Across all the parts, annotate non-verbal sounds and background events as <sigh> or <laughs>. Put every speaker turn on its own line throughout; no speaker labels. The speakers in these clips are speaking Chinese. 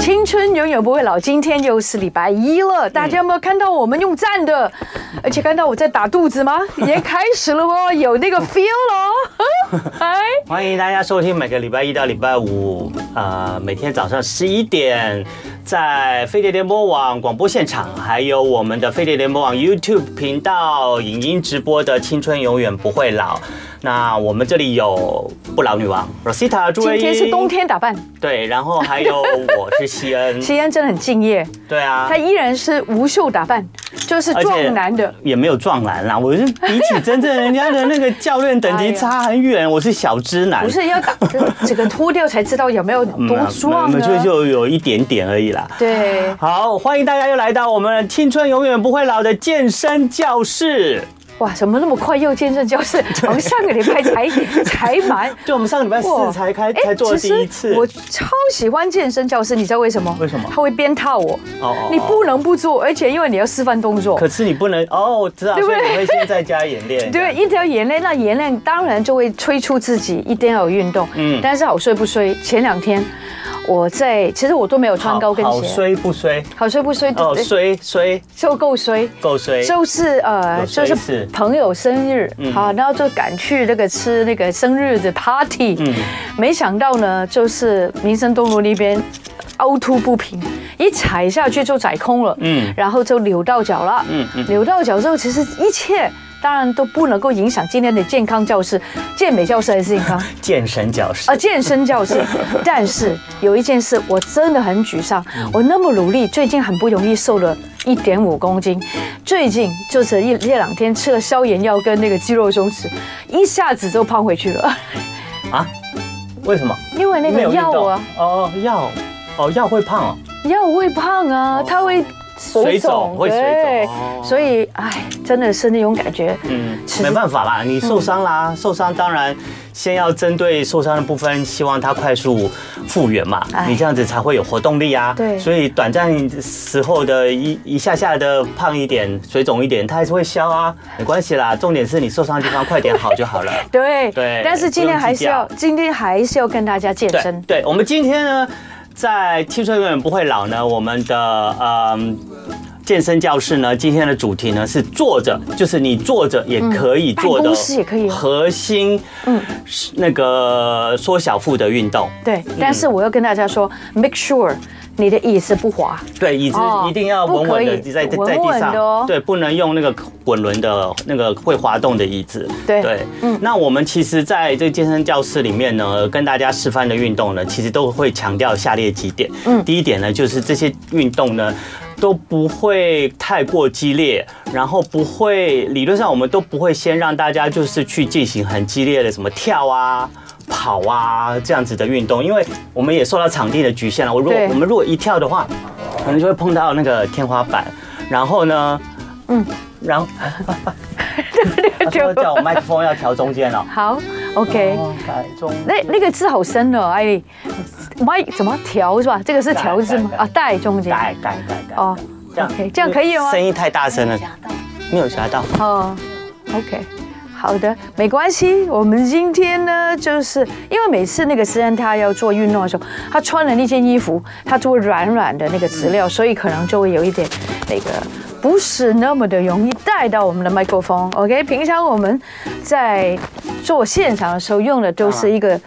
青春永远不会老，今天又是礼拜一了，大家有没有看到我们用站的？而且看到我在打肚子吗？已经开始了哦，有那个 feel 喽！ <laughs> 哎，
欢迎大家收听每个礼拜一到礼拜五，呃，每天早上十一点，在飞碟联播网广播现场，还有我们的飞碟联播网 YouTube 频道影音直播的《青春永远不会老》。那我们这里有不老女王 Rosita 朱
今
唯
天
一，
是冬，天打扮，
对，然后还有我是西
<laughs> ，
恩
西安真的很敬业，
对啊
他，依然是无袖打扮，就是
而且
壮男的。
也没有撞篮啦，我是比起真正人家的那个教练等级差很远，我是小知
<laughs>
男，
不是要打这个脱掉才知道有没有
嗯
多壮
没有没有就
呢？
就有一点点而已啦。
对，
好，欢迎大家又来到我们青春永远不会老的健身教室。
哇，怎么那么快又健身教室？我们上个礼拜才 <laughs> 才满。
就我们上个礼拜
哇
四才开
哎
才做了第一
其
次
实，我超喜欢健身教室，你知道为什么？
为什么
他会鞭挞我，
哦哦
你不能不做，而且因为你要示范动作
可。是你不能哦，我知道，
对不
所以
对
你会先在家
<laughs>
演练。
对，，一条眼泪，那眼泪当然就会催促自己一定要有运动。嗯
嗯，
但是好睡不睡，前两天我在，其实我都没有穿
好
高跟
好
鞋，
衰不衰？
好睡不睡，
哦，衰衰
就够睡。
够衰。
就是呃，
有
就
谁
是
是
朋友生日，
嗯
好，然后就赶去那个吃那个生日的 party，
嗯
没想到呢，就是民生东路那边凹凸不平，一踩下去就踩空了，
嗯
然后就扭到脚了，
嗯嗯
扭到脚之后，其实一切。当然都不能够影响今天的健康教室、健美教室还是健康
健身教室
啊，健身教
<laughs>
室。但是有一件事我真的很沮丧，
嗯
我那么努力，最近很不容易瘦了一点五公斤，最近就是一这两天吃了消炎药跟那个肌肉松弛，一下子就胖回去了， <laughs>
啊？为什么？
因为那
没
个
有运
药
动
啊，。
哦，药哦，药会胖哦。
药会胖啊，
哦
它会水
水
肿，
肿会水肿
对
哦
所以哎，真的是那种感觉，
嗯
其，实嗯
没办法啦，你受伤啦，受伤当然先要针对受伤的部分，希望它快速复原嘛
哎，
你这样子才会有活动力啊。
对
所以短暂时候的一一下下的胖一点、水肿一点，它还是会消啊，没关系啦。重点是你受伤的地方快点好就好了。
对
对
但是今天还是要
不，
今天还是要跟大家健
对
身，
对，我们今天呢，在《青春永远不会老》呢，我们的嗯。健身教室呢，今天的主题呢是坐着，就是你坐着也可以
嗯办
做的，
公室也可以哦
核心，嗯，那个缩小腹的运动。
对。但是我要跟大家说，make sure 你的椅子不滑，
对，椅子
哦
一定要
不
稳
可
稳
以
的在在
稳
在
稳
地
的哦
上，对，不能用那个滚轮的那个会滑动的椅子。
对
对，那我们其实在这个健身教室里面呢，跟大家示范的运动呢，其实都会强调下列几点。嗯，第一点呢，就是这些运动呢。都不会太过激烈，然后不会理论上我们都不会先让大家就是去进行很激烈的什么跳啊、跑啊这样子的运动，因为我们也受到场地的局限了。我如果
对，
我们如果一跳的话，可能就会碰到那个天花板，然后呢，嗯，然后他说叫我麦克风要调中间哦了
好，OK。
哦改中
那那个字好深哦，艾丽，麦怎么调是吧？这个是调字吗？
带带
啊，带中间。
改改改改
哦，OK，这样可以吗
声音太大声了，没有夹到。
哦，OK，好的，没关系。我们今天呢，就是因为每次那个思安他要做运动的时候，他穿的那件衣服，它就会软软的那个质料，所以可能就会有一点那个。不是那么的容易带到我们的麦克风，OK？平常我们在做现场的时候用的都是一个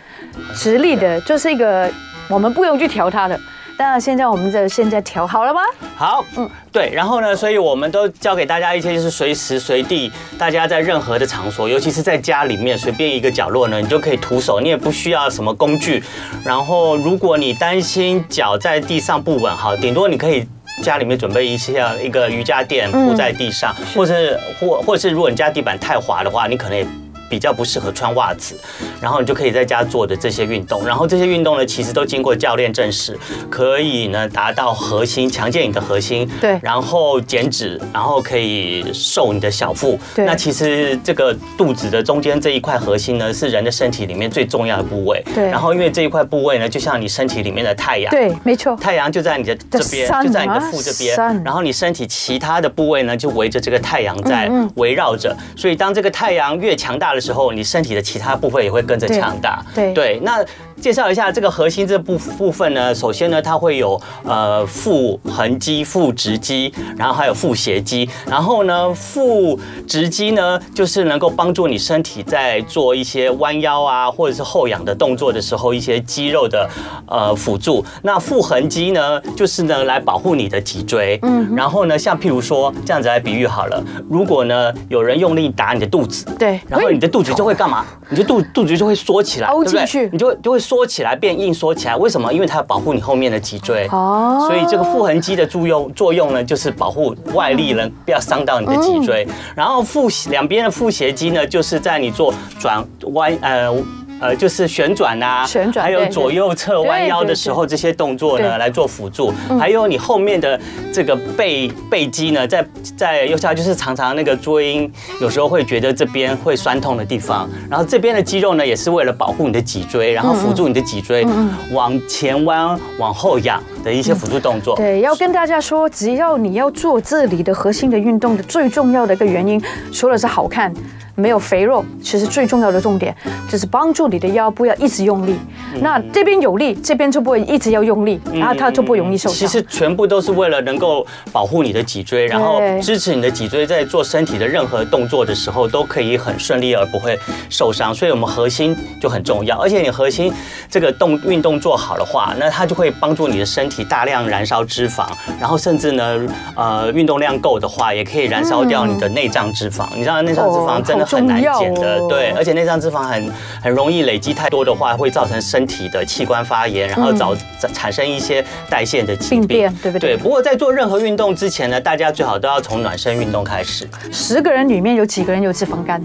直立的，就是一个我们不用去调它的。那现在我们这现在调好了吗？
好，嗯，对，然后呢，所以我们都教给大家一些就是随时随地，大家在任何的场所，尤其是在家里面随便一个角落呢，你就可以徒手，你也不需要什么工具。然后，如果你担心脚在地上不稳，好，顶多你可以。家里面准备一些一个瑜伽垫铺在地上，或是或或是如果你家地板太滑的话，你可能也。比较不适合穿袜子，然后你就可以在家做的这些运动。然后这些运动呢，其实都经过教练证实，可以呢达到核心，强健你的核心，
对
然后减脂，然后可以瘦你的小腹。
对
那其实这个肚子的中间这一块核心呢，是人的身体里面最重要的部位。
对
然后因为这一块部位呢，就像你身体里面的太阳。
对，没错，
太阳就在你的这
The
边
sun
就在你的
啊
腹这边
sun
然后你身体其他的部位呢，就围着这个太阳在
嗯
围绕着。所以当这个太阳越强大的时候，你身体的其他部分也会跟着
对
强大。
对
那介绍一下这个核心这部部分呢，首先呢，它会有呃腹横肌、腹直肌，然后还有腹斜肌。然后呢，腹直肌呢，就是能够帮助你身体在做一些弯腰啊，或者是后仰的动作的时候，一些肌肉的呃辅助。那腹横肌呢，就是呢来保护你的脊椎。嗯，然后呢，像譬如说这样子来比喻好了，如果呢有人用力打你的肚子，
对，
然后你的肚子就会干嘛？你的肚肚子就会缩起来，
凹
对啊不对
进去
你就会就会缩起来，变硬缩起来。为什么？因为它要保护你后面的脊椎。
哦
所以这个腹横肌的作用作用呢，就是保护外力呢不要伤到你的脊椎。
嗯
然后腹两边的腹斜肌呢，就是在你做转弯呃。呃，就是旋转啊，
旋转
还有
对对
左右侧弯腰
对对
的时候，这些动作
对
呢来做辅助。还有你后面的这个背背肌呢，在在右下就是常常那个桌音，有时候会觉得这边会酸痛的地方。然后这边的肌肉呢，也是为了保护你的脊椎，然后辅助你的脊椎往前弯、往后仰的一些辅助动作。
对，要跟大家说，只要你要做这里的核心的运动的最重要的一个原因，除了是好看，没有肥肉，其实最重要的重点就是帮助你的腰不要一直用力。
嗯
那这边有力，这边就不会一直要用力，然后它就不容易受
嗯其
伤。
实全部都是为了能够保护你的脊椎，然后
对
支持你的脊椎在做身体的任何动作的时候都可以很顺利而不会受伤。所以我们核心就很重要，而且你核心这个动运动做好的话，那它就会帮助你的身体大量燃烧脂肪，然后甚至呢，呃，运动量够的话，也可以燃烧掉你的内脏脂肪。你知道内脏脂肪真的很难减
哦好
的，
重要哦
对，而且内脏脂肪很很容易累积太多的话，会造成身体的器官发炎，然后早、产生一些代谢的疾
病
病，
变对不对
对。不过在做任何运动之前呢，大家最好都要从暖身运动开始
十个人里面有几个人有脂肪肝？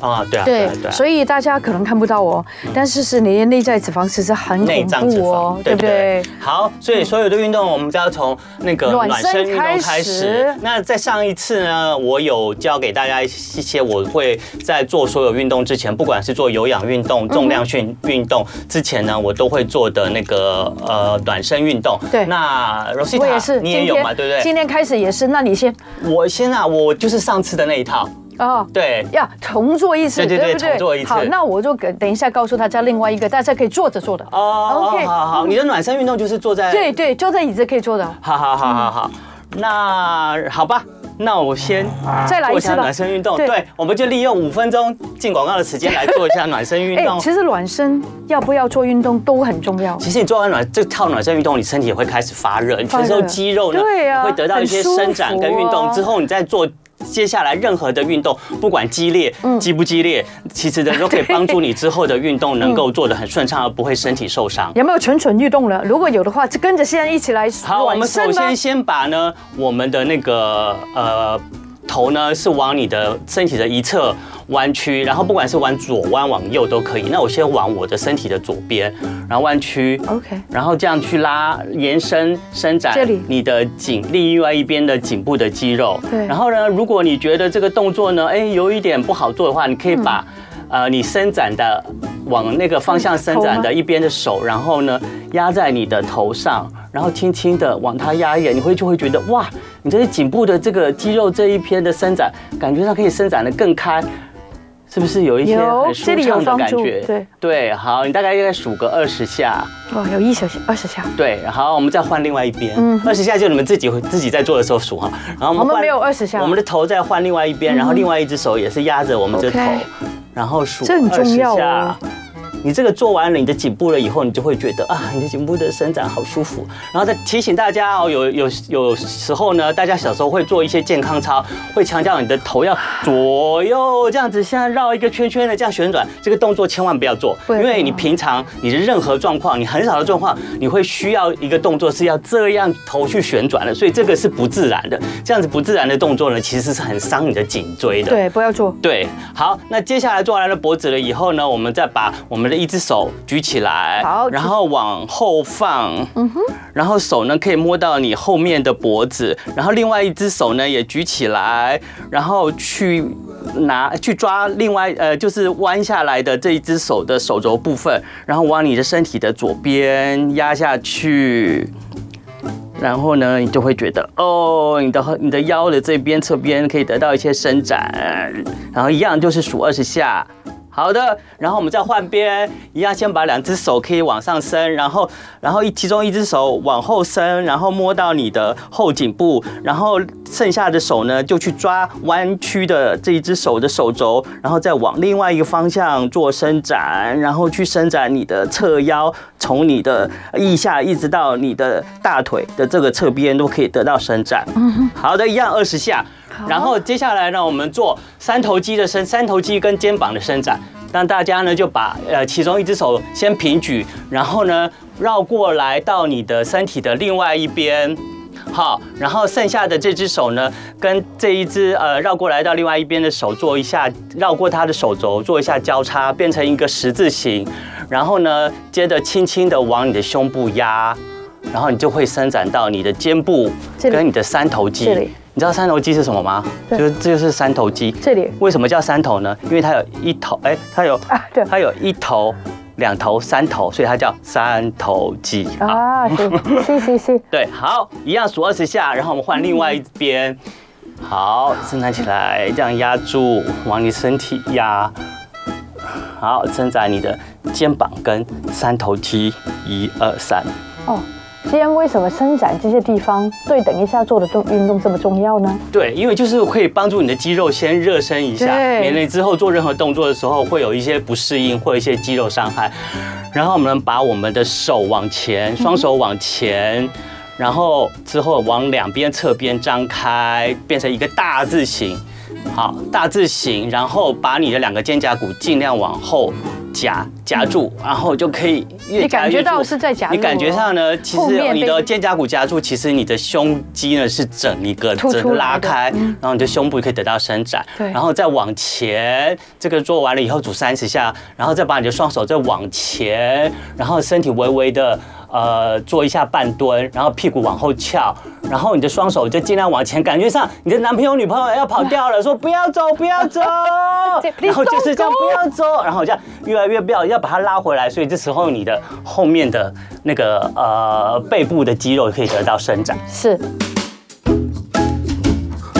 啊，对啊，
对
啊，对啊。
所以大家可能看不到哦，但是是你的内在脂肪其实很
<laughs> 内
恐
脏脂
怖
肪
哦，，对不对？？嗯
好，所以所有的运动我们都要从那个
暖
暖
身
身运动
开
开
始
始。那在上一次呢，我有教给大家一些我会在做所有运动之前，不管是做有氧运动、重量训运动之前呢，我都会做的那个呃暖身运动。
对
那 Rosita，
我也是，
你也有嘛，对不
今天开始也是，那你先
对？我先啊，我就是上次的那一套，
哦。
对。
要重做一次，
对对对
不对？
重做一次
好，那我就给等一下告诉大家另外一个，大家可以坐着做的。
哦
OK
好好，你的暖身运动就是坐在
对对，坐在椅子可以做的。
好好好好好，那好吧，那我先
再来一
做
次吧
下暖身运动。
对
对，我们就利用五分钟进广告的时间来做一下暖身运
哎，
动。
其实暖身要不要做运动都很重要。
其实你做完暖这套暖身运动，你身体也会开始发热，你
发热
全身肌肉呢
对啊
也会得到一些伸展跟运
很舒服
动。
啊
之后你再做接下来任何的运动，不管激烈
嗯
激不激烈，其实呢都可以帮助你之后的运动能够做得很顺畅，而不会身体受伤。
有没有蠢蠢欲动了？如果有的话，就跟着现在一起来
好，我
暖
们首
身吧
先。先把呢我们的那个呃头呢是往你的身体的一侧弯曲，然后不管是往左弯往右都可以。那我先往我的身体的左边，然后弯曲。
OK，
然后这样去拉延伸伸展
这里
你的颈另外一边的颈部的肌肉。
对
然后呢，如果你觉得这个动作呢，哎，有一点不好做的话，你可以把、
嗯
呃你伸展的往那个方向伸
头啊
展
吗
的一边的手，然后呢压在你的头上，然后轻轻的往它压一点，你会就会觉得哇，你这颈部的这个肌肉这一边的伸展，感觉上可以伸展的更开。是不是有一些
有
很舒
这里有
畅的
帮
感
助
觉？
对
对，好，你大概应该数个二十下，
哇，有一小
嗯
二十下，
对，好，我们再换另外一边，二十下就你们自己自己在做的时候数哈，然后我
嗯我们
换
没有20下
我们的头再换另外
嗯
一边，然后另外一只手也是压着我们的头
OK，
然后数
这很重要哦
20下你这个做完了你的颈部了以后，你就会觉得啊，你的颈部的伸展好舒服。然后再提醒大家哦，有有有时候呢，大家小时候会做一些健康操，会强调你的头要左右这样子，像绕一个圈圈的这样旋转，这个动作千万不要做，
不
因
要
为你
做
平常你的任何状况，你很少的状况，你会需要一个动作是要这样头去旋转的，所以这个是不自然的。这样子不自然的动作呢，其实是很伤你的颈椎的。
对，不要做。
对，好，那接下来做完了脖子了以后呢，我们再把我们的一只手举起来，
好
然后往后放，嗯哼，然后手呢可以摸到你后面的脖子，然后另外一只手呢也举起来，然后去拿去抓另外呃就是弯下来的这一只手的手肘部分，然后往你的身体的左边压下去。然后呢，你就会觉得哦，你的你的腰的这边侧边可以得到一些伸展，然后一样就是数二十下。好的，然后我们再换边，一样先把两只手可以往上伸，然后然后一其中一只手往后伸，然后摸到你的后颈部，然后剩下的手呢就去抓弯曲的这一只手的手肘，然后再往另外一个方向做伸展，然后去伸展你的侧腰，从你的腋下一直到你的大腿的这个侧边都可以得到伸展。好的，一样二十下。然后接下来呢，我们做三头肌的伸，三头肌跟肩膀的伸展。让大家呢就把呃其中一只手先平举，然后呢绕过来到你的身体的另外一边。好，然后剩下的这只手呢，跟这一只呃绕过来到另外一边的手做一下，绕过它的手肘做一下交叉，变成一个十字形。然后呢，接着轻轻的往你的胸部压，然后你就会伸展到你的肩部
这里
跟你的三头肌
这里。
嗯你知道三头肌是什么吗？
对
就是这就是三头肌。
这里
为什么叫三头呢？因为它有一头，哎、它有
啊对
它有一头、两头、三头，所以它叫三头肌。好，
啊，是
<laughs>
是是是，
对，好，一样数二十下，然后我们换另外一边。好，伸展起来，这样压住，往你身体压。好，伸展你的肩膀跟三头肌，一二三。
哦。今天为什么伸展这些地方对等一下做的动运动这么重要呢？
对，因为就是会帮助你的肌肉先热身一下，
对
免得你之后做任何动作的时候会有一些不适应或一些肌肉伤害。然后我们把我们的手往前，双手往前，然后之后往两边侧边张开，变成一个大字形。好，大字形，然后把你的两个肩胛骨尽量往后夹夹住，然后就可以越
你
夹
感
越
觉到
住
是在夹
你
肉
感觉
哦
上呢，其
后
实
面
你
被
的肩胛骨夹住，其实你的胸肌呢是整一个
凸
整
出
个
来
拉
的嗯
开，然后你的胸部可以得到伸展，
对
然后再往前，这个做完了以后组三十下，然后再把你的双手再往前，然后身体微微的。呃，做一下半蹲，然后屁股往后翘，然后你的双手就尽量往前，感觉上你的男朋友、女朋友要跑掉
<laughs>
了，说不要走，不要走，然后就是这样，不要走，然后这样越来越不要，要把它拉回来，所以这时候你的后面的那个呃背部的肌肉可以得到伸展。
是，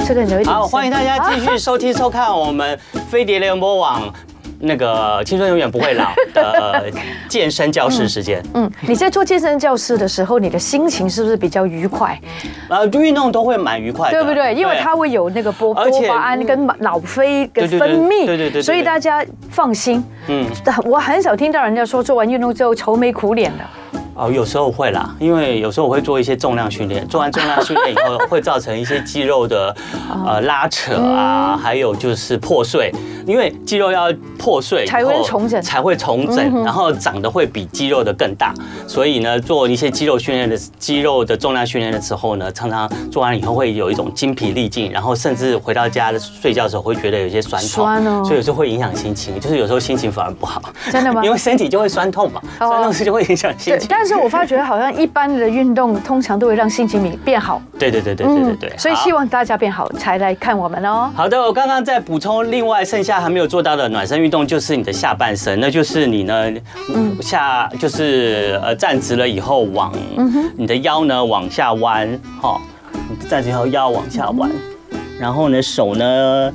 这个有一点啊
好，欢迎大家继续收听收看我们飞碟联播网那个“青春永远不会老”的呃健身教室时间。
嗯，你在做健身教室的时候，你的心情是不是比较愉快，
呃，运动都会蛮愉快的，
对不对？因为它会有那个波
而
波
且
巴胺跟脑啡
对
跟
对对
分泌，
对对对对
所以大家放心。
嗯
但我很少听到人家说做完运动之后愁眉苦脸的，
哦，有时候会啦，因为有时候我会做一些重量训练，做完重量训练以后会造成一些肌肉的
哦
呃拉扯
嗯
啊，还有就是破碎，因为肌肉要破碎以
才会
后
重整嗯
才会重整，然后长得会比肌肉的更大。所以呢，做一些肌肉训练的肌肉的重量训练的时候呢，常常做完以后会有一种筋疲力尽，然后甚至回到家的睡觉的时候会觉得有些酸痛，
酸哦
所以有时候会影响心情，就是有时候心情反而不好，
真的吗
<laughs> 因为身体就会酸痛嘛，
哦
酸痛是就会影响心
对
情。。
但是我发觉好像一般的运动通常都会让心情变好，
对对对对 <laughs> 对对对，
嗯所以
好
希。望大家变好才来看我们哦。
好的，我刚刚在补充，另外剩下还没有做到的暖身运动就是你的下半身，那就是你呢，
嗯
下就是呃站直了以后往、
嗯
你的腰呢往下弯，哈、你站直以后腰往下弯，然后呢手呢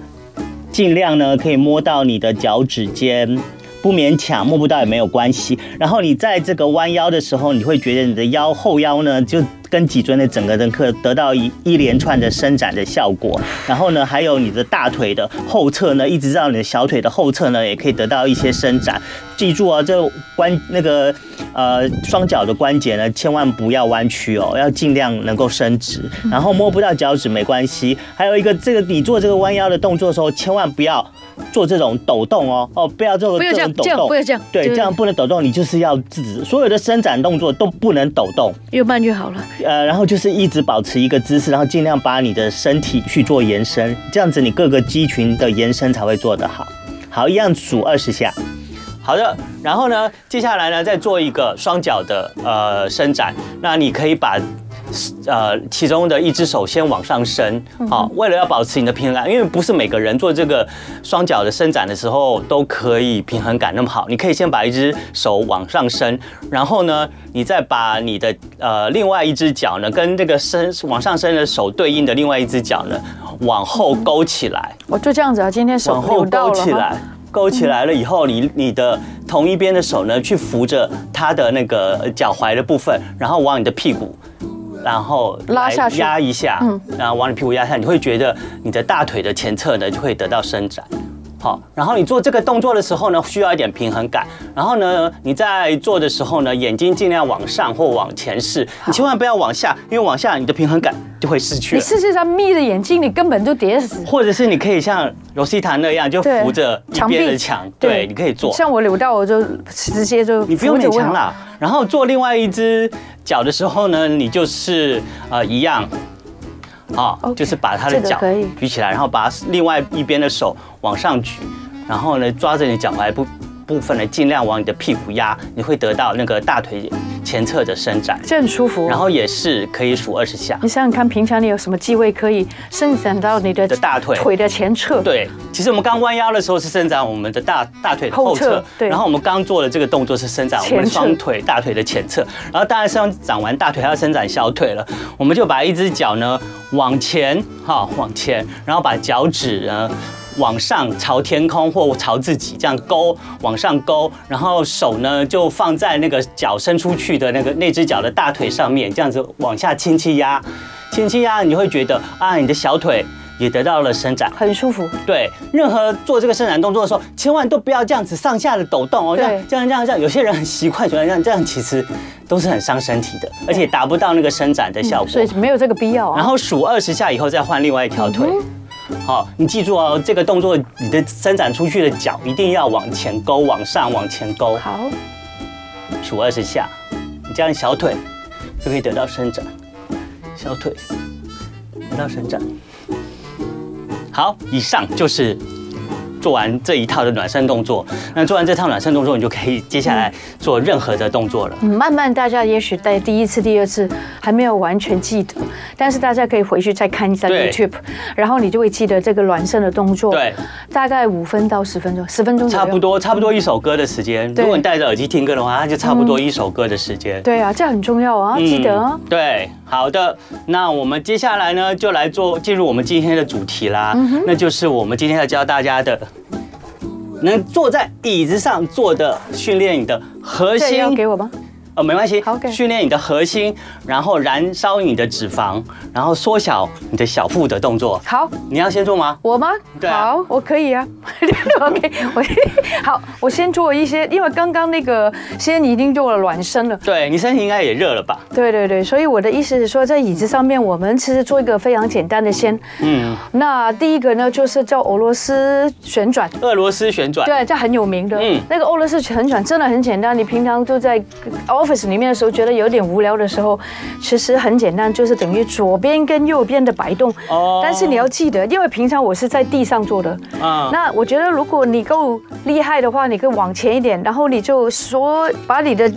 尽量呢可以摸到你的脚趾尖，不勉强，摸不到也没有关系。然后你在这个弯腰的时候，你会觉得你的腰后腰呢就
跟脊椎的整个人可得到一一连串的伸展的效果。然后呢，还有你的大腿的后侧呢，一直到你的小腿的后侧呢，也可以得到一些伸展。记住哦，这关那个呃双脚的关节呢，千万不要弯曲哦，要尽量能够伸直。
嗯
然后摸不到脚趾没关系。还有一个，这个你做这个弯腰的动作的时候，千万不要做这种抖动哦哦，不要做
不要这
这种
样
抖
这样
动，
不要这样
对，
对
这样不能抖动，你就是要制止所有的伸展动作都不能抖动。
越慢越好了。
呃，然后就是一直保持一个姿势，然后尽量把你的身体去做延伸，这样子你各个肌群的延伸才会做得好。好，一样数二十下。
好的，然后呢，接下来呢，再做一个双脚的呃伸展。那你可以把呃其中的一只手先往上伸，好、为了要保持你的平衡感，因为不是每个人做这个双脚的伸展的时候都可以平衡感那么好。你可以先把一只手往上伸，然后呢，你再把你的呃另外一只脚呢，跟这个伸往上伸的手对应的另外一只脚呢，往后勾起来。
我就这样子啊，今天手
往后
扭到
勾
了
起
哈。
来，勾起来了以后，你你的同一边的手呢，去扶着他的那个呃脚踝的部分，然后往你的屁股。然后
拉
来
下去嗯
压一下，然后往你屁股压下，你会觉得你的大腿的前侧呢就会得到伸展。好，然后你做这个动作的时候呢，需要一点平衡感。然后呢，你在做的时候呢，眼睛尽量往上或往前视，你千万不要往下，因为往下你的平衡感就会失去
你
了。
试试他眯着眼睛，你根本就跌死。
或者是你可以像柔西塔那样，就
对
扶着一边的墙，对，你可以做，
像我扭到，我就直接就
你不用
扶着
勉
我
强啦。然后做另外一只脚的时候呢，你就是呃一样。好
OK，
就是把他的
这个
脚
可以
举起来，然后把另外一边的手往上举，然后呢抓着你脚踝部部分呢，尽量往你的屁股压，你会得到那个大腿前侧的伸展，
这很舒服哦。
然后也是可以数二十下。
你想想看，平常你有什么机会可以伸展到你的
的大腿
腿的前侧？，
对，其实我们刚弯腰的时候是伸展我们的大大腿的后
后
侧
侧，对
然后我们刚做的这个动作是伸展我
前
们
侧
双腿大腿的前侧，然后当然伸展完大腿还要伸展小腿了，我们就把一只脚呢往前，哈、往前，然后把脚趾呢。往上朝天空或朝自己这样勾，往上勾，然后手呢就放在那个脚伸出去的那个那只脚的大腿上面，这样子往下轻轻压，轻轻压，你会觉得啊，你的小腿也得到了伸展。
很舒服。
对，任何做这个伸展动作的时候，千万都不要这样子上下的抖动哦，这
对
样这样这样这样。有些人很习惯喜欢这样，这样其实都是很伤身体的，而且达不到那个伸展的效果。
嗯所以嗯没有这个必要啊。
然后数二十下以后再换另外一条腿。好，你记住哦，这个动作你的伸展出去的脚一定要往前勾，往上往前勾，
好，
数二十下，你这样小腿就可以得到伸展，小腿得到伸展。好，以上就是做完这一套的暖身动作。那做完这套暖身动作，你就可以接下来做任何的动作了。
嗯慢慢大家也许在第一次、第二次还没有完全记得，但是大家可以回去再看一下
对
YouTube，然后你就会记得这个暖身的动作。
对，
大概五分到十分钟，十分钟左右
差不。多，差不多一首歌的时间。
嗯对
如果你戴着耳机听歌的话，它就差不多一首歌的时间。
对啊，这很重要啊，记得啊
嗯。。对，好的。那我们接下来呢，就来做进入我们今天的主题啦。
嗯
那就是我们今天要教大家的，能坐在椅子上坐的训练你的核
这个
心。
要给我吗？
呃，没关系
好，OK
训练你的核心，然后燃烧你的脂肪，然后缩小你的小腹的动作。
好，
你要先做吗？
我吗？
对啊
好，我可以啊。OK，我 <laughs> 好，我先做一些，因为刚刚那个先已经做了暖身了。
对你身体应该也热了吧？
对对对，所以我的意思是说，在椅子上面，我们其实做一个非常简单的先。
嗯，
那第一个呢，就是叫俄罗斯旋转。
俄罗斯旋转。
对，这很有名的。
嗯
那个俄罗斯旋转真的很简单，你平常就在 office 里面的时候，觉得有点无聊的时候，其实很简单，就是等于左边跟右边的摆动。
哦
但是你要记得，因为平常我是在地上做的。
嗯
那我觉得如果你够厉害的话，你可以往前一点，然后你就说把你的。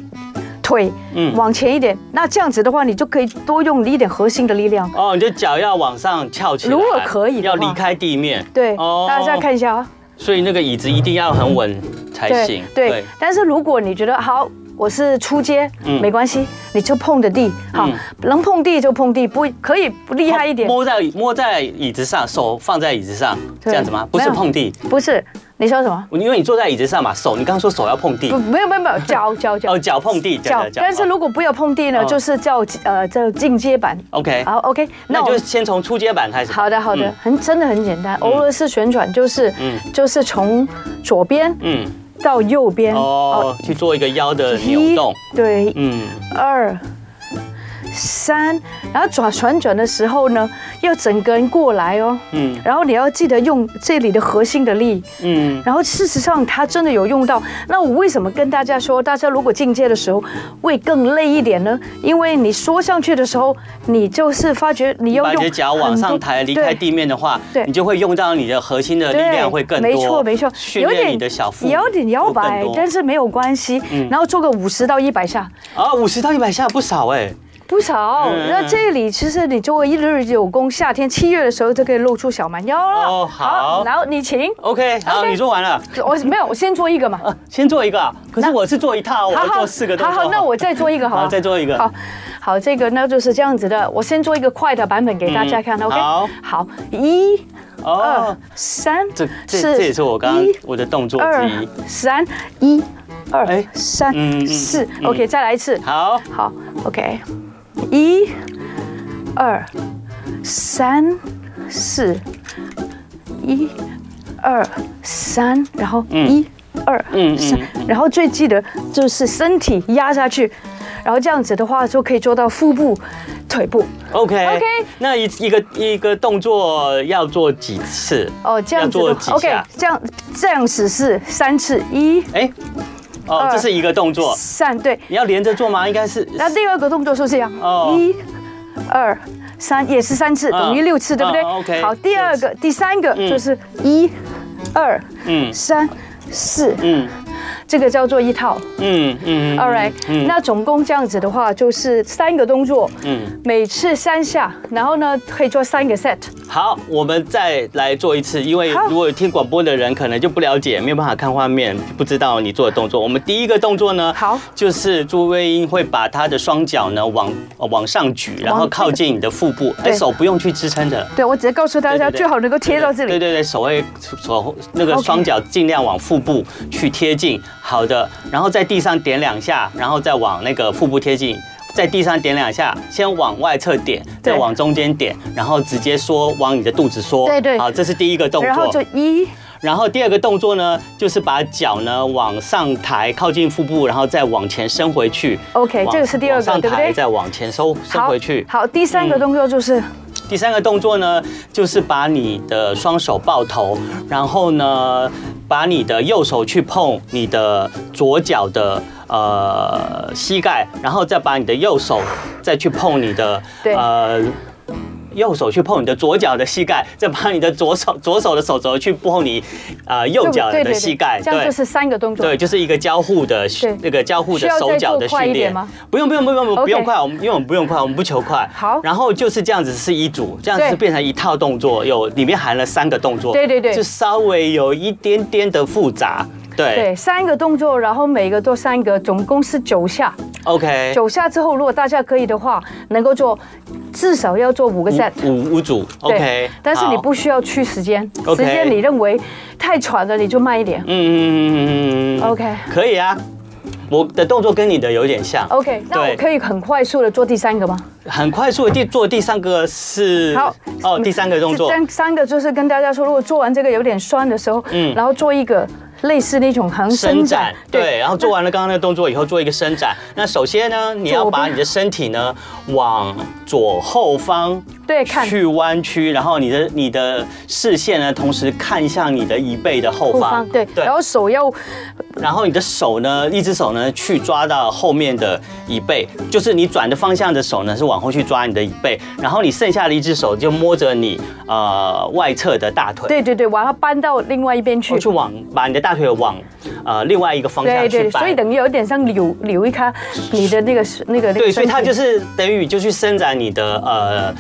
腿
嗯
往前一点，那这样子的话，你就可以多用一点核心的力量。
哦，你的脚要往上翘起来。
如果可以的
要
话
离开地面。
对，
哦
大家看一下啊。
所以那个椅子一定要很稳才行。
对，但是如果你觉得好，我是出街，
嗯
没关系，你就碰着地，好
嗯，
能碰地就碰地，不可以不厉害一点，
摸在摸在椅子上，手放在椅子上，
对
这样子吗？不是
没有
碰地，
不是。你说什么？
因为你坐在椅子上嘛，手你刚刚说手要碰地
不，，没有没有
<laughs>
没有，脚脚嗯脚
嗯哦，脚碰地，
脚
脚，脚。
但是如果不要碰地呢，
嗯
就是叫呃叫进阶版。
OK，
好，OK，
哎那
那
你
我
就先从初阶版开始吧。
好的好的
嗯，
很真的很简单，俄罗斯旋转就是
嗯
就是从左边
嗯，
到右边，
哦，去做一个腰的扭动，
一，对，
嗯，
二。三，然后转旋转的时候呢，要整个人过来哦。
嗯
嗯，然后你要记得用这里的核心的力。
嗯，
然后事实上，它真的有用到。那我为什么跟大家说，大家如果进阶的时候会更累一点呢？因为你缩上去的时候，你就是发觉你要
把你
用
的脚往
很
上
多
抬，离开
对
地面的话，
对
你就会用到你的核心的力
对，
量会更多，
没错没错，
训练你的小腹，
有点摇摆，但
是
是没有关系。
嗯
然后做个五十到一百下，
啊，五十到一百下不少哎，
不少。
嗯
那这里其实你做一日有功，夏天七月的时候就可以露出小蛮腰了。
哦好
然后你请。
OK，好，
OK
你做完了，
我没有，我先做一个嘛。
先做一个啊，可是我是做一套，我要做四个动
好
作，
好，那我再做一个好不
好再做一个
好，好，这个呢就是这样子的，我先做一个快的版本给大家看、
嗯
o k
好
好，一、二
哦，、
三，
这这这也是我刚刚
呃一
我的动作
二
之一，、
三、一、
哎
二、三
嗯嗯、
四
嗯
，OK，再来一次。
好，
好，OK，一、二、三、四，一、二、三，然后一、二、
嗯嗯
三
嗯，
然后最记得就是身体压下去，然后这样子的话就可以做到腹部、腿部。
OK
OK
那一一个一个动作要做几次？
哦，这样子
要
的
做几
话，OK，
下
这样这样子是三次，一、
哎，哦，
二
这是一个动作，
三，对。
你要连着做吗？应该是
那第二个动作是这样，
哦
一、二、三，也是三次，
嗯
等于六次，对不对
嗯嗯，OK，
好，第二个、第三个就是一、二、
嗯
三、四，
嗯
这个叫做一套。
嗯嗯
All right，那总共这样子的话，就是三个动作，
嗯
每次三下，然后呢可以做三个 set。
好，我们再来做一次，因为
好
如果有听广播的人可能就不了解，没有办法看画面，不知道你做的动作。我们第一个动作呢，
好
就是朱薇英会把她的双脚呢往呃往上举，然后靠近你的腹部，哎，
对
手不用去支撑的。
对，我只是告诉大
对
家，
对对
最好能够贴到这
对
里。
对对，手会手那个
OK
双脚尽量往腹部去贴近。好的，然后在地上点两下，然后再往那个腹部贴近。在地上点两下，先往外侧点，
对
再往中间点，然后直接缩，往你的肚子缩。
对对
好，这是第一个动作。
然后就一，
然后第二个动作呢，就是把脚呢往上抬，靠近腹部，然后再往前伸回去。
OK，
往
这个是第二个
往上
对不对
抬再往前收收
好
回去，。嗯
好，第三个动作就是
第三个动作呢，就是把你的双手抱头，然后呢，把你的右手去碰你的左脚的呃膝盖，然后再把你的右手再去碰你的
对
呃。右手去碰你的左脚的膝盖，再把你的左手左手的手肘去碰你，呃右脚的膝盖，
这样就是三个动作。
对，就是一个交互的
对
那个交互
需
的
要
手
再
脚
做
的
快
训
一点
练
吗
不用不用不用不用
OK
不用快，我们因为我们不用快，我们不求快。
好
然后就是这样子是一组，这样
对
子变成一套动作，有里面含了三个动作。
对对对
就稍微有一点点的复杂。对
对，三个动作，然后每个做三个，总共是九下。
o k
九下之后，如果大家可以的话，能够做至少要做五个 set。
五五组
对
嗯，OK。
但是你
好
不需要去时间，时
OK
间你认为太喘了，你就慢一点。
嗯嗯嗯嗯嗯嗯
OK
可以啊。我的动作跟你的有点像
OK，那
对
我可以很快速的做第三个吗？
很快速的第做第三个是
好
哦，第三个动作
这三三个就是跟大家说，如果做完这个有点酸的时候，
嗯
然后做一个类似那种横伸展，
对，啊然后做完了刚刚那个动作以后，做一个伸展。那首先呢，你要把你的身体呢往左后方
对嗯看
去弯曲，然后你的你的视线呢，同时看向你的椅背的后
后
方
方，对，
对
然，后手要
然后你的手呢，一只手呢去抓到后面的椅背，就是你转的方向的手呢是往后去抓你的椅背，然后你剩下的一只手就摸着你呃外侧的大腿，
对对对，把它搬到另外一边去
去。往把你的大腿往呃另外一个方向
对
去
对，
掰，
所以等于有点像扭扭一下你的那个那个那个身体。
对，所以它就是等于就去伸展你的呃。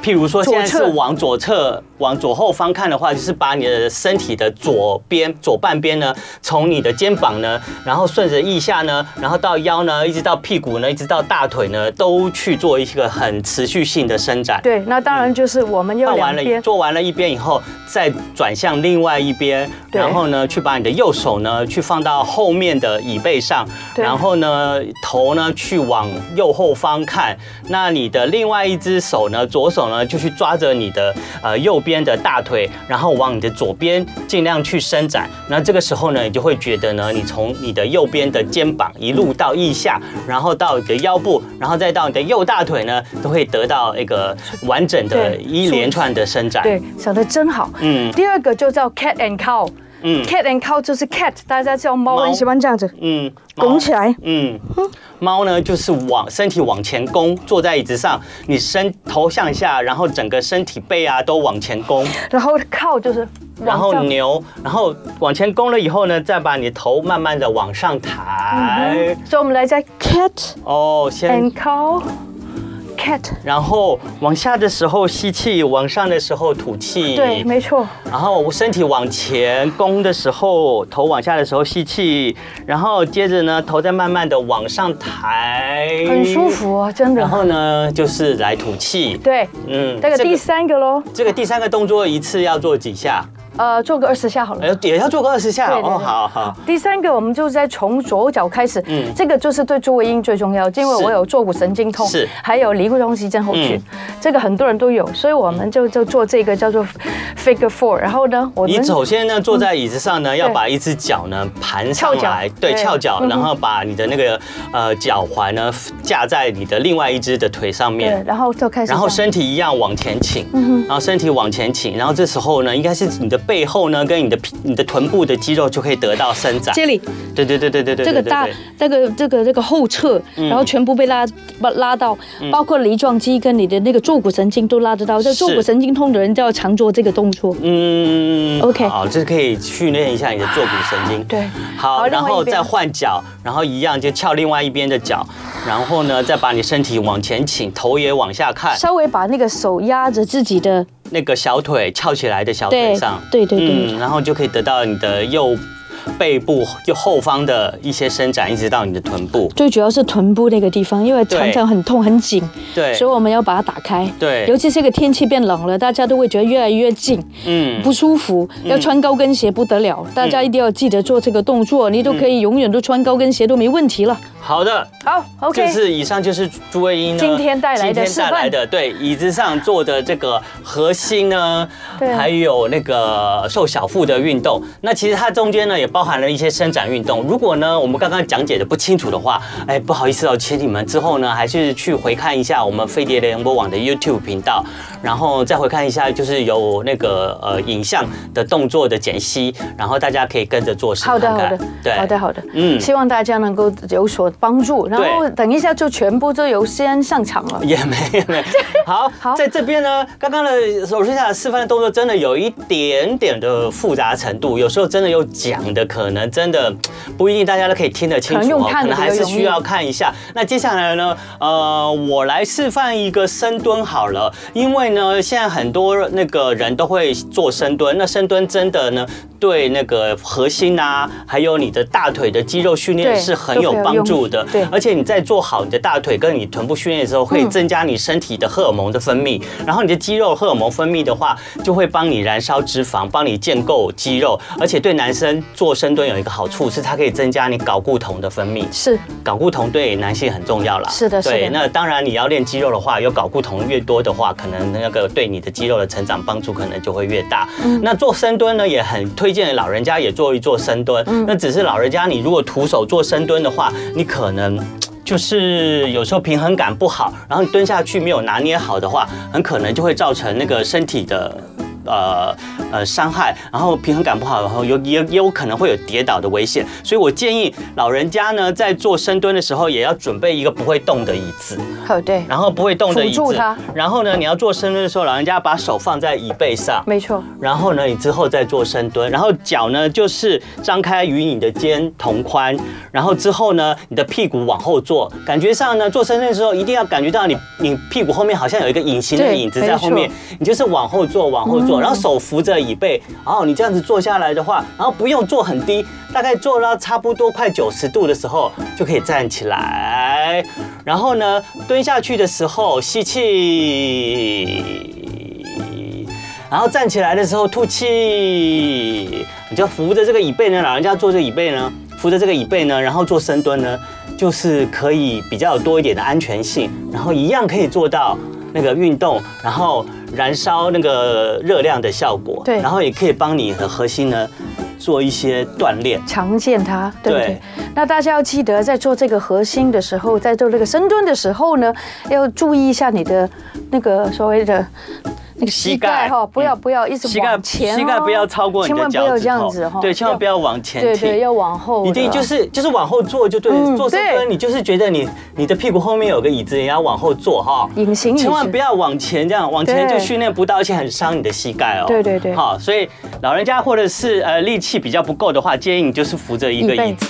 譬如说现在是
左侧
往左侧、往左后方看的话，就是把你的身体的左边、左半边呢，从你的肩膀呢，然后顺着腋下呢，然后到腰呢，一直到屁股呢，一直到大腿呢，都去做一个很持续性的伸展。
对，那当然就是我们要
放
两
完了，
边，
做完了一边以后，再转向另外一边，
对
然后呢，去把你的右手呢，去放到后面的椅背上，
对
然后呢，头呢去往右后方看。那你的另外一只手呢，左手呢就去抓着你的呃右边的大腿，然后往你的左边尽量去伸展。那这个时候呢，你就会觉得呢，你从你的右边的肩膀一路到腋下，然后到你的腰部，然后再到你的右大腿呢，都会得到一个完整的
对
一连串的伸展。
对，想的真好。
嗯
第二个就叫 cat and cow。
嗯
Cat and cow 就是 cat，大家叫猫，
猫
很喜欢这样子
嗯，
拱起来。
嗯，猫呢就是往身体往前弓，坐在椅子上，你身头向下，然后整个身体背啊都往前弓，
然后 cow 就是
然
往
后
上，
牛，然后往前弓了以后呢，再把你头慢慢的往上抬。
嗯所以我们来在 cat
哦，先
and cow。cat，
然后往下的时候吸气，往上的时候吐气。
对，没错，
然后身体往前弓的时候，头往下的时候吸气，然后接着呢，头再慢慢的往上抬，
很舒。服啊，真
然
的。
后呢，就是来吐气。
对，
嗯，
这个第
个
三个喽，
这个第三个动作一次要做几下？
呃，做个二十下好了。
哎，也要做个二十下
对对
哦。
对
好好，
第三个，我们就在从左脚开始，
嗯
这个就是对周围音最重要，因为
是
我有坐骨神经痛，
是
还有离骨中肌症候群，
嗯
这个很多人都有，所以我们就就做这个叫做 figure four，然后呢，我
你
们嗯
首先呢坐在椅子上呢，要把一只脚呢盘上
翘脚
来，对，
对
翘脚，
嗯哼
然后把你的那个呃脚踝呢架在你的另外一只的腿上面
对，。然后就开始这样，
然后身体一样往前倾，
嗯
然后身体往前倾，然后这时候呢，应该是你的背后呢跟你的屁你的臀部的肌肉就可以得到伸展。
这里
对对对对对对，
这个
对对嗯
大
对
这个这个这个后侧，然后全部被拉把拉到，包括梨状肌跟你的那个坐骨神经都拉得到，这
嗯是哎
坐骨神经痛的人就要常做这个动作。
嗯
OK
好，这可以训练一下你的坐骨神经。
对好
好，
另外
然后
一边
再换脚，然后一样就翘另外一边的脚，然后呢，再把你身体往前倾，头也往下看，
稍微把那个手压着自己的，
那个小腿翘起来的小腿
对
上，
对对对，
嗯，然后就可以得到你的右背部右后方的一些伸展，一直到你的臀部。
最主要是臀部那个地方，因为常常很痛很紧，
对，
所以我们要把它打开。
对
尤其这个天气变冷了，大家都会觉得越来越紧，
嗯
不舒服，要穿高跟鞋不得了。大家一定要记得做这个动作，你都可以永远都穿高跟鞋都没问题了。
好的。
好，OK，
这是以上就是朱慧英呢
今天带来的
今天带来的对椅子上做的这个核心呢
对，
还有那个瘦小腹的运动。那其实它中间呢也包含了一些伸展运动。如果呢我们刚刚讲解的不清楚的话，哎，不好意思哦，请你们之后呢还是去回看一下我们飞碟联播网的 YouTube 频道，然后再回看一下就是有那个呃影像的动作的解析，然后大家可以跟着做实
好
看
的，
看。
好的，
对，
好的，好的，嗯，
嗯
希望大家能够有所帮助。然后等一下就全部都由先上场了。
也没也
<laughs>
没。好，
好
在这边呢，刚刚的手术下的示范的动作真的有一点点的复杂程度，有时候真的有讲的，可能真的不一定大家都可以听得清
可能
楚
用
哦，
看
可
的
能还是
比较容易
需要看一下。那接下来呢，呃，我来示范一个深蹲好了，因为呢，现在很多那个人都会做深蹲，那深蹲真的呢，对那个核心啊，还有你的大腿的肌肉训练
对
是很有
都非常有
帮助的
用，对
而且你在做好你的大腿跟你臀部训练的时候，会增加你身体的荷尔蒙的分泌，然后你的肌肉荷尔蒙分泌的话，就会帮你燃烧脂肪，帮你建构肌肉。而且对男生做深蹲有一个好处是，它可以增加你睾固酮的分泌。
是，
睾固酮对男性很重要啦。
是的是的
对，那当然你要练肌肉的话，有睾固酮越多的话，可能那个对你的肌肉的成长帮助可能就会越大。
嗯
那做深蹲呢，也很推荐老人家也做一做深蹲。
嗯
那只是老人家你如果徒手做深蹲的话，你可能。就是有时候平衡感不好，然后你蹲下去没有拿捏好的话，很可能就会造成那个身体的呃呃伤害，然后平衡感不好，然后有也也有可能会有跌倒的危险。所以我建议老人家呢，在做深蹲的时候，也要准备一个不会动的椅子，
好，对，
然后不会动的椅
辅助
子
它，
然后呢，你要做深蹲的时候，老人家把手放在椅背上，
没错，
然后呢，你之后再做深蹲，然后脚呢就是张开与你的肩同宽，然后之后呢，你的屁股往后坐，感觉上呢，做深蹲的时候一定要感觉到你你屁股后面好像有一个隐形的
对
影子在后面
没，
你就是往后坐，往后坐，然后手扶着椅背，然后你这样子坐下来的话，然后不用坐很低，大概坐到差不多快九十度的时候就可以站起来，然后呢，蹲下去的时候吸气。然后站起来的时候吐气，你就扶着这个椅背呢，老人家坐这个椅背呢，扶着这个椅背呢，然后做深蹲呢，就是可以比较有多一点的安全性，然后一样可以做到那个运动，然后燃烧那个热量的效果，
对
然后也可以帮你的核心呢做一些锻炼。
常见它，对不对？
对
那大家要记得，在做这个核心的时候，在做这个深蹲的时候呢，要注意一下你的那个所谓的。那个膝盖
膝盖
哈，不要不要一直
膝盖
往前哦，
膝盖不要超过你
千
的
万不
脚
要这
趾
样
头
子哈，，
对，千万不
要，
要往前
对
挺
对，。要往后的，
一定就是就是往后坐就对，
嗯
做深
对
蹲你就是觉得你你的屁股后面有个椅子，你要往后坐哈，
隐形椅
千万
子
不要往前这样，往前
对
就训练不到，而且很伤你的膝盖哦。
对对对
好，所以老人家或者是呃力气比较不够的话，建议你就是扶着一个
椅背
椅子。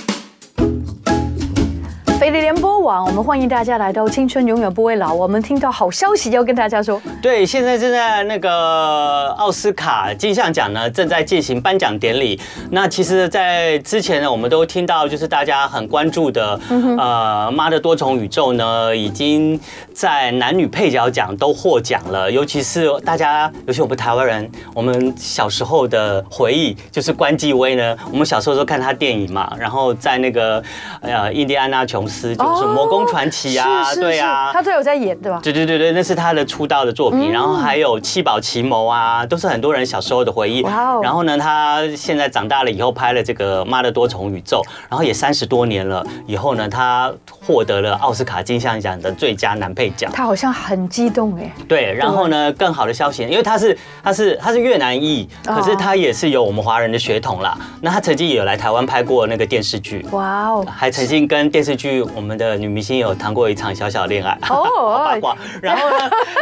肥力联播网，我们欢迎大家来到《青春永远不会老》。我们听到好消息要跟大家说，
对，现在正在那个奥斯卡金像奖呢，正在进行颁奖典礼。那其实，在之前呢，我们都听到，就是大家很关注的，
嗯
呃，《妈的多重宇宙》呢，已经在男女配角奖都获奖了。尤其是大家，尤其我们台湾人，我们小时候的回忆就是关继威呢，我们小时候都看他电影嘛，然后在那个呃，印第安纳琼斯就是《魔宫传奇》啊，
哦是是
对啊
是，他都有在演，对吧？
对对对对，那是他的出道的作
嗯
品，然后还有《七宝奇谋》啊，都是很多人小时候的回忆。
哇哦
然后呢，他现在长大了以后拍了这个《妈的多重宇宙》，然后也三十多年了，以后呢，他获得了奥斯卡金像奖的最佳男配角。
他好像很激动哎，
对，然后呢，更好的消息，因为他是他是他是越南裔，
哦
可是他也是有我们华人的血统啦。那他曾经也有来台湾拍过那个电视剧。
哇哦，
还曾经跟电视剧我们的女明星有谈过一场小小恋爱，
哦
<laughs> 好八卦。然
<laughs>
后呢，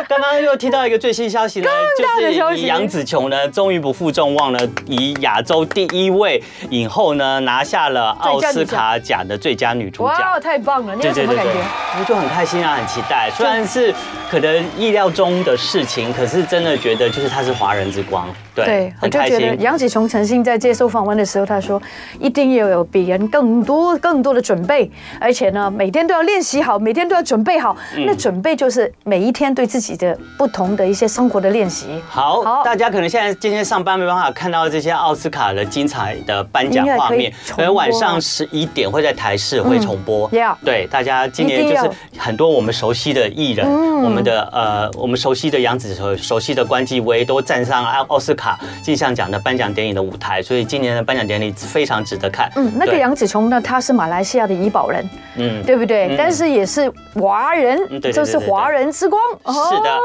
刚刚又听到一个最新消息呢，
大的消息
就是杨紫琼呢，终于不负众望呢，以亚洲第一位影后呢，拿下了奥斯卡奖的最佳女主
哇哦，
角。
太棒了！你有什么感觉？
我就很开心啊，很期待。虽然是可能意料中的事情，可是真的觉得就是她是华人之光，对，
我
很
就
开
觉得
心。
杨紫琼曾经在接受访问的时候，她说一定要有比人更多、更多的准备，而且呢，每天都要练习好，每天都要准备好。那
嗯
准备就是每一天对自己的不同的一些生活的练习。
好，
好
大家可能现在今天上班没办法看到这些奥斯卡的精彩的颁奖画
应该可以
面
重播，啊
可能晚上十一点会在台视会重播。
Yeah
对，大家今
一
年
定
就
要嗯
是很多我们熟悉的艺人，我们的呃，我们熟悉的杨紫琼、熟悉的关继威都站上奥奥斯卡金像奖的颁奖典礼的舞台，所以今年的颁奖典礼非常值得看。
嗯，那个
对，
杨紫琼呢，她是马来西亚的怡保人，
嗯，
对不对？
嗯
但是也是华人
嗯，对对对
就是华人之光。
是的啊
哦，，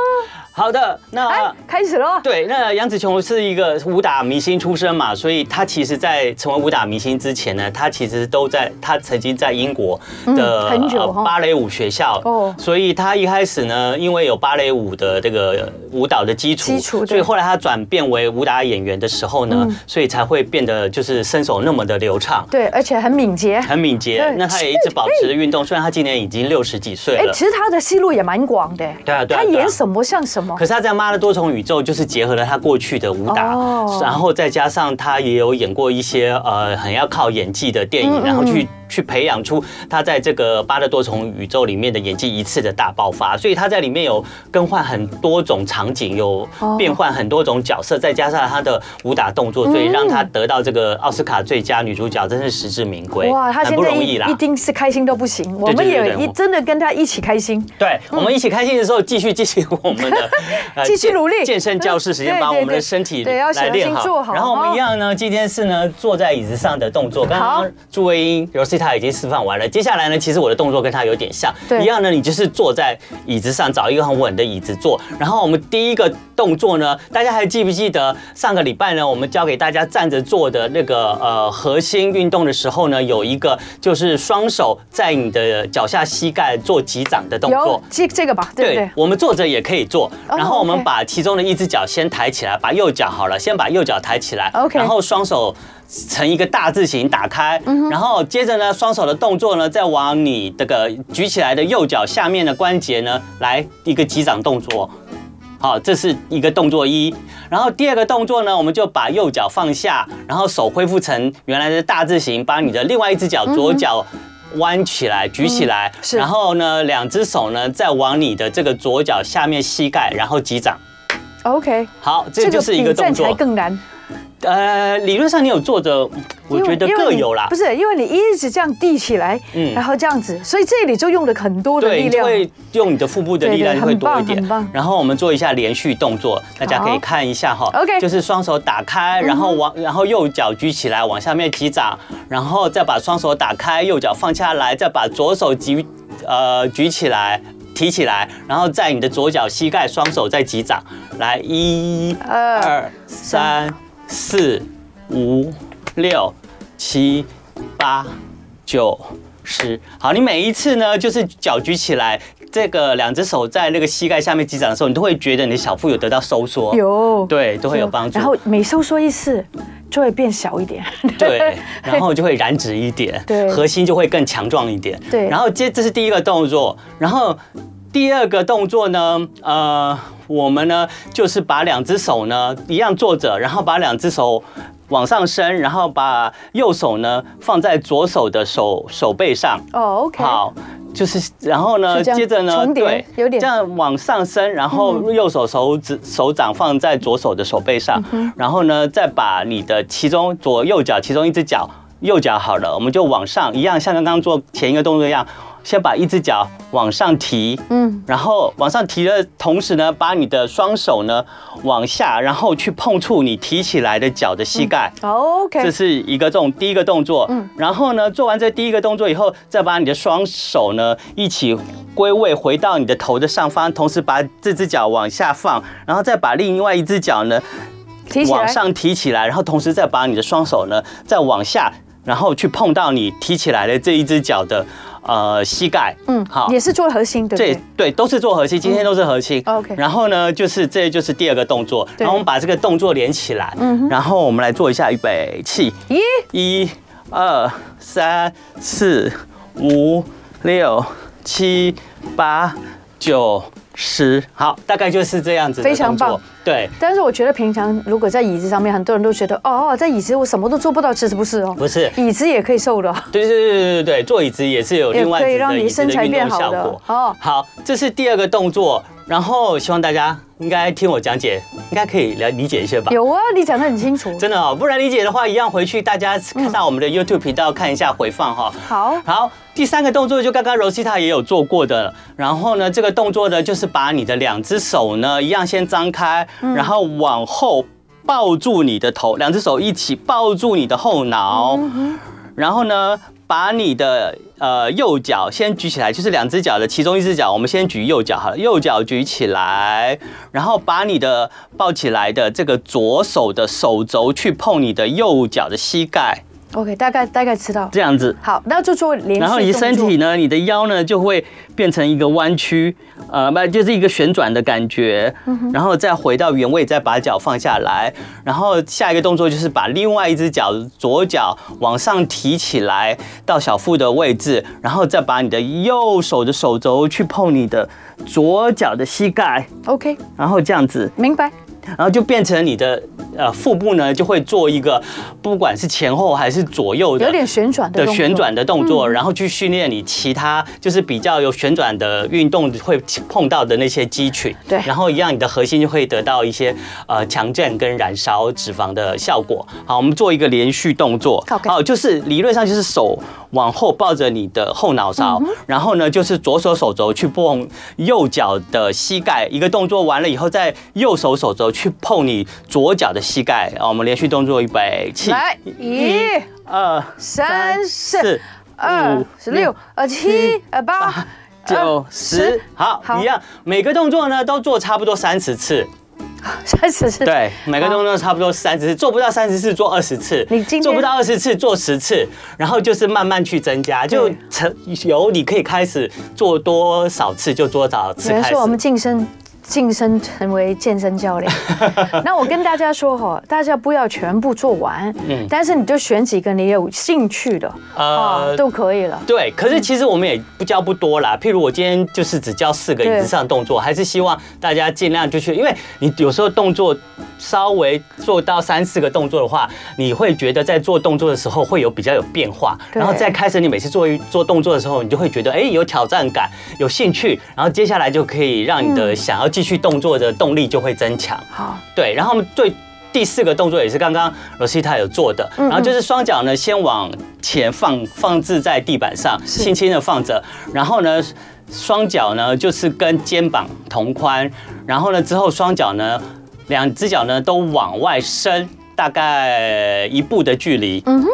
好的，那
哎，。开始了。
对，那杨紫琼是一个武打明星出身嘛，所以她其实，在成为武打明星之前呢，她其实都在，她曾经在英国的、
嗯很久
呃
哈
芭蕾舞学校，
哦
所以她一开始呢，因为有芭蕾舞的这个舞蹈的基础，嗯
基础对
所以后来她转变为武打演员的时候呢，所以才会变得就是身手那么的流畅。
对，而且很敏捷。
很敏捷
对，
那她也一直保持运动。虽然她今年已经六十几岁
哎，
了，
其实她的戏路也蛮广的。
对啊对啊
她
对啊
演什么像什么
可。是他在《妈的多重宇宙》就是结合了他过去的武打，
哦
然后再加上他也有演过一些呃很要靠演技的
嗯
电影，然后去去培养出他在这个《八的多重宇宙》里面的演技一次的大爆发。所以他在里面有更换很多种场景，有
哦
变换很多种角色，再加上他的武打动
嗯
作，所以让他得到这个奥斯卡最佳女主角，真是实至名归。
哇，她
很
现
不
在
容
一
易啦
一。定是开心到不行，我
对
们
对对
也
对
一
我
真的跟她一起开心。
对，我们一起开心的时候，继续进行我
<laughs>
们的呃
嗯继续努力
健健身教室时间，
对
把
对
我们
对
的身体
对要小
来练
心
好。
做好
然后我
哦
们一样呢，今天是呢坐在椅子上的动作，刚
好
刚朱维英、Rosita 已经示范完了。接下来呢，其实我的动作跟她有点像
对，
一样呢，你就是坐在椅子上，找一个很稳的椅子坐。然后我们第一个动作呢？大家还记不记得上个礼拜呢，我们教给大家站着做的那个呃核心运动的时候呢，有一个就是双手在你的脚下膝盖做击掌的动
有
作。
这这个吧，对不对？
我们坐着也可以做，
哦
然后我们
OK
把其中的一只脚先抬起来，把右脚好了，先把右脚抬起来
OK
然后双手成一个大字形打开，
嗯
然后接着呢，双手的动作呢，再往你这个举起来的右脚下面的关节呢，来一个击掌动作。好，这是一个动作一，然后第二个动作呢，我们就把右脚放下，然后手恢复成原来的大字形，把你的另外一只脚左脚弯起来、举起来，
嗯是
然后呢，两只手呢再往你的这个左脚下面膝盖，然后击掌。
OK，
好，这就是一
比
个动
站起来
作。
更难，
呃，理论上你有坐着，我
因为
觉得
因为
各
你
有啦
不。是，因为你一直这样递起来，
嗯
然后这样子，所以这里就用了很多的
对，
力
你就
量。
会用你的腹部的力量
对对
会多一
很棒很棒
点。然后我们做一下连续动作，大家可以看一下哈。
OK 嗯
就是双手打开，然后往，然后右脚举起来往下面击掌，然后再把双手打开，右脚放下来，再把左手举，呃，举起来。提起来，然后在你的左脚膝盖，双手再击掌，来一、
二
二、三、四、五、六、七、八、九、十。好，你每一次呢，就是脚举起来，这个两只手在那个膝盖下面击掌的时候，你都会觉得你的小腹有得到收缩，
有
对，都会有帮助。
然后每收缩一次，就会变小一点。
对，然后就会燃脂一点，
对
核心就会更强壮一点。
对
然后接这是第一个动作，然后第二个动作呢，呃，我们呢就是把两只手呢一样坐着，然后把两只手。往上伸，然后把右手呢放在左手的手手背上，
<laughs> 哦，OK，
好，就是然后呢，
是这样
接着呢，
重叠
对，
有点嗯
这样往上升，然后右手手指、手掌放在左手的手背上，
嗯
然后呢，再把你的其中左右脚其中一只脚，右脚好了，我们就往上一样，像刚刚做前一个动作一样，先把一只脚往上提，
嗯，
然后往上提的同时呢，把你的双手呢往下，然后去碰触你提起来的脚的膝盖。
好
这
，OK，
是一个动第一个动作，
嗯
然后呢，做完这第一个动作以后，再把你的双手呢一起归位回到你的头的上方，同时把这只脚往下放，然后再把另外一只脚呢
提起
往
来，
上提起来，然后同时再把你的双手呢再往下，然后去碰到你提起来的这一只脚的呃膝盖，
嗯，
好
也是做核心，对不
这
对？
对都是做核心，今天都是核心。
OK
然后呢，就是这就是第二个动作，
嗯对嗯
然后我们把这个动作连起来，然后我们来做一下预备起，
咦，
一、二、三、四、五、六、七、八、九、十，好，大概就是这样子的
非常
动作
棒。
对，
但是我觉得平常如果在椅子上面，很多人都觉得哦，在椅子我什么都做不到，其实不是哦，
不是
椅子也可以瘦的哦。
对对对对对对，坐椅子也是有另外
也可以
一种
让
的
你
椅子
身材
的运
变
动
好
效
的
果。
哦
好，这是第二个动作，然后希望大家应该听我讲解，应该可以来理解一些吧。
有啊，你讲得很清楚。
真的哦，不然理解的话，一样回去大家看到我们的 YouTube 频道看一下回放哈、
好
好，第三个动作就刚刚 Rosita 也有做过的，然后呢，这个动作呢就是把你的两只手呢一样先张开，然后往后抱住你的头，两只手一起抱住你的后脑，然后呢。把你的呃右脚先举起来，就是两只脚的其中一只脚，我们先举右脚好了，右脚举起来，然后把你的抱起来的这个左手的手肘去碰你的右脚的膝盖，
OK，大概大概知道。
这样子。
好，那就做连续
然后你的身
动作
体呢，你的腰呢就会变成一个弯曲，呃，不就是一个旋转的感觉，
嗯
然后再回到原位，再把脚放下来，然后下一个动作就是把另外一只脚左脚往上提起来到小腹的位置，然后再把你的右手的手肘去碰你的左脚的膝盖，
OK，
然后这样子，
明白。
然后就变成你的呃腹部呢就会做一个，不管是前后还是左右的，
有点旋转的动
的
作嗯
旋转的动作，然后去训练你其他就是比较有旋转的运动会碰到的那些肌群，
对
然后一样你的核心就会得到一些呃强健跟燃烧脂肪的效果。好，我们做一个连续动作，
OK
好，就是理论上就是手往后抱着你的后脑勺，
嗯
然后呢就是左手手肘去碰右脚的膝盖，一个动作完了以后，再右手手肘去碰你左脚的膝盖。啊，我们连续动作预备起，
来，一、
二。
三、四
四、、
二
五、、
六、呃七、呃八、
九、十，好，
嗯好
一样，每个动作呢都做差不多三十次。
三十次，
对，每个动作差不多三十次，做不到三十次做二十次，
你今天
做不到二十次做十次，然后就是慢慢去增加，就
对
成由你可以开始做多少次就多少次
有人
开始
说。我们晋升晋升成为健身教
<laughs>
练，那我跟大家说哈，大家不要全部做完，
嗯
但是你就选几个你有兴趣的，
呃
啊，都可以了。
对，可是其实我们也不教不多啦。譬如我今天就是只教四个以
对
上动作，还是希望大家尽量就去，因为你有时候动作稍微做到三四个动作的话，你会觉得在做动作的时候会有比较有变化，
对
然后再开始你每次做一做动作的时候，你就会觉得哎有挑战感、有兴趣，然后接下来就可以让你的想要继续动作的动力就会增强。
好，
对，然后我们最第四个动作也是刚刚罗西塔有做的，然后就是双脚呢先往前放，放置在地板上，
是
轻轻的放着，然后呢。双脚呢，就是跟肩膀同宽，然后呢，之后双脚呢，两只脚呢都往外伸，大概一步的距离。嗯哼，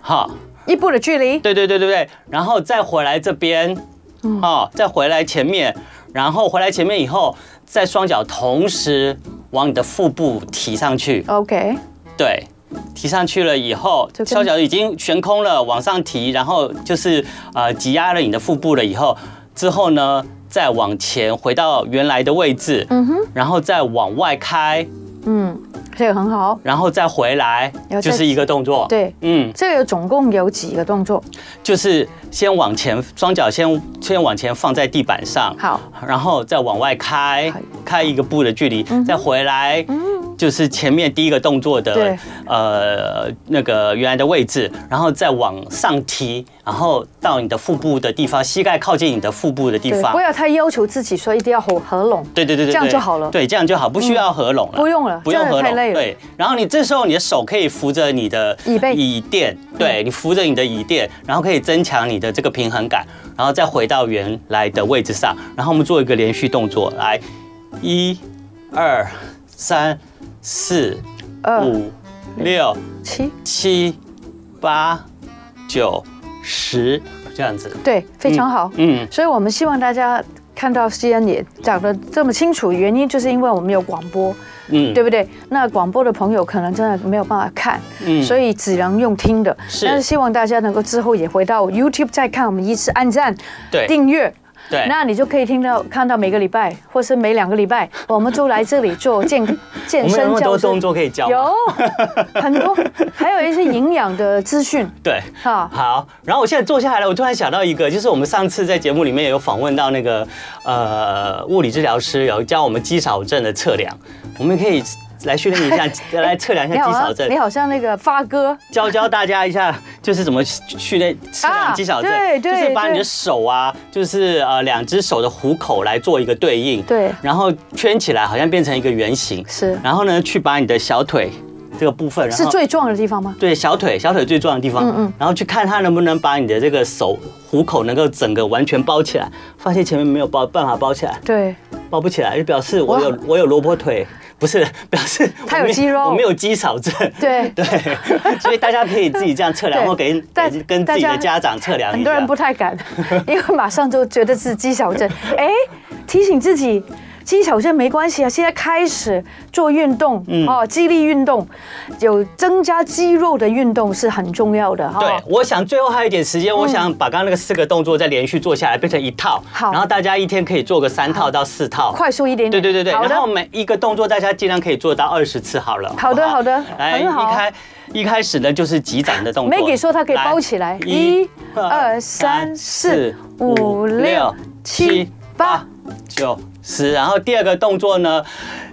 好，
一步的距离，
对对对对对，然后再回来这边，
嗯
哦，再回来前面，然后回来前面以后，再双脚同时往你的腹部提上去，
OK，
对，提上去了以后，
就跟
双脚已经悬空了，往上提，然后就是呃挤压了你的腹部了以后，之后呢，再往前回到原来的位置，
嗯哼，
然后再往外开，
嗯，这个很好。
然后再回来
然后，再
就是一个动作，，
对，
嗯。
这个总共有几个动作？
就是先往前，双脚先先往前放在地板上，
好，
然后再往外开
好，嗯
开一个步的距离，再回来，就是前面第一个动作的
对
呃那个原来的位置，然后再往上提，然后到你的腹部的地方，膝盖靠近你的腹部的地
对，
方
不，要太要求自己说一定要合合拢，
对对对对，对
这样就好了嗯
对，这样就好，不需要合拢了，
不用了
不用
这样
合
也太
拢，
累了
对，然后你这时候你的手可以扶着你的
椅背嗯
椅垫，对你扶着你的椅垫，然后可以增强你的这个平衡感，然后再回到原来的位置上，然后我们做一个连续动作，来，一、二、三、四、
二
五、六、
七，
七、八、九、十，这样子，
对，非常好。
嗯，
所以我们希望大家看到西安也讲得这么清楚，原因就是因为我们有广播，
嗯
对不对？那广播的朋友可能真的没有办法看，
嗯
所以只能用听的。
是
但是希望大家能够之后也回到 YouTube 再看我们一次按赞、
对
订阅。
对
那你就可以听到看到每个礼拜或是每两个礼
<laughs>
拜，我们就来这里做健健
我们有那
身
么
教
多
室
动作可以教吗？
有很多，还有一些营养的资讯
对， <laughs>
哈。
好，然后我现在坐下来了，我突然想到一个，就是我们上次在节目里面有访问到那个呃物理治疗师，有教我们肌少症的测量，我们可以来训练一
<laughs>
下，来测量一
你
下
好
肌
像
哎少症
你，好像那个发哥，
教教大家一下，就是怎么训练测量肌少症，
啊对对
就是把你
对
的手啊，就是呃两只手的虎口来做一个对应，
对
然后圈起来好像变成一个圆形，
是
然后呢去把你的小腿这个部分，然
是
后
最壮的地方吗？
对小腿，小腿最重要的地
嗯
方，然后去看它能不能把你的这个手虎口能够整个完全包起来，发现前面没有包办法包起来，
对，
包不起来，就表示我有
哇
我有萝卜腿，不是 <laughs> 表示
它
我
有
没
肌肉
我没有肌少症，
对
<laughs> 对，所以大家可以自己这样测量，
对
或给
但
给跟自己
大
的
家
家长测量一下，
很多人不太哦敢， <laughs> 因为马上就觉得是肌少 <laughs> 症。哎，提醒自己。肌少症没关系啊，现在开始做运动、
嗯
哦，肌力运动，有增加肌肉的运动是很重要的哈。
对，我想最后还有一点时间，我想把刚刚那个四个动作再连续做下来，变成一套。
好
然后大家一天可以做个三套到四套，
快速一点
对
点
对对对，
好的
然后每一个动作大家尽量可以做到二十次好了。
好的
不
好的
来
很好
一开一开始呢就是击掌的动作。
Maggie 说她可以包起来一二三四五六七八
九十。然后第二个动作呢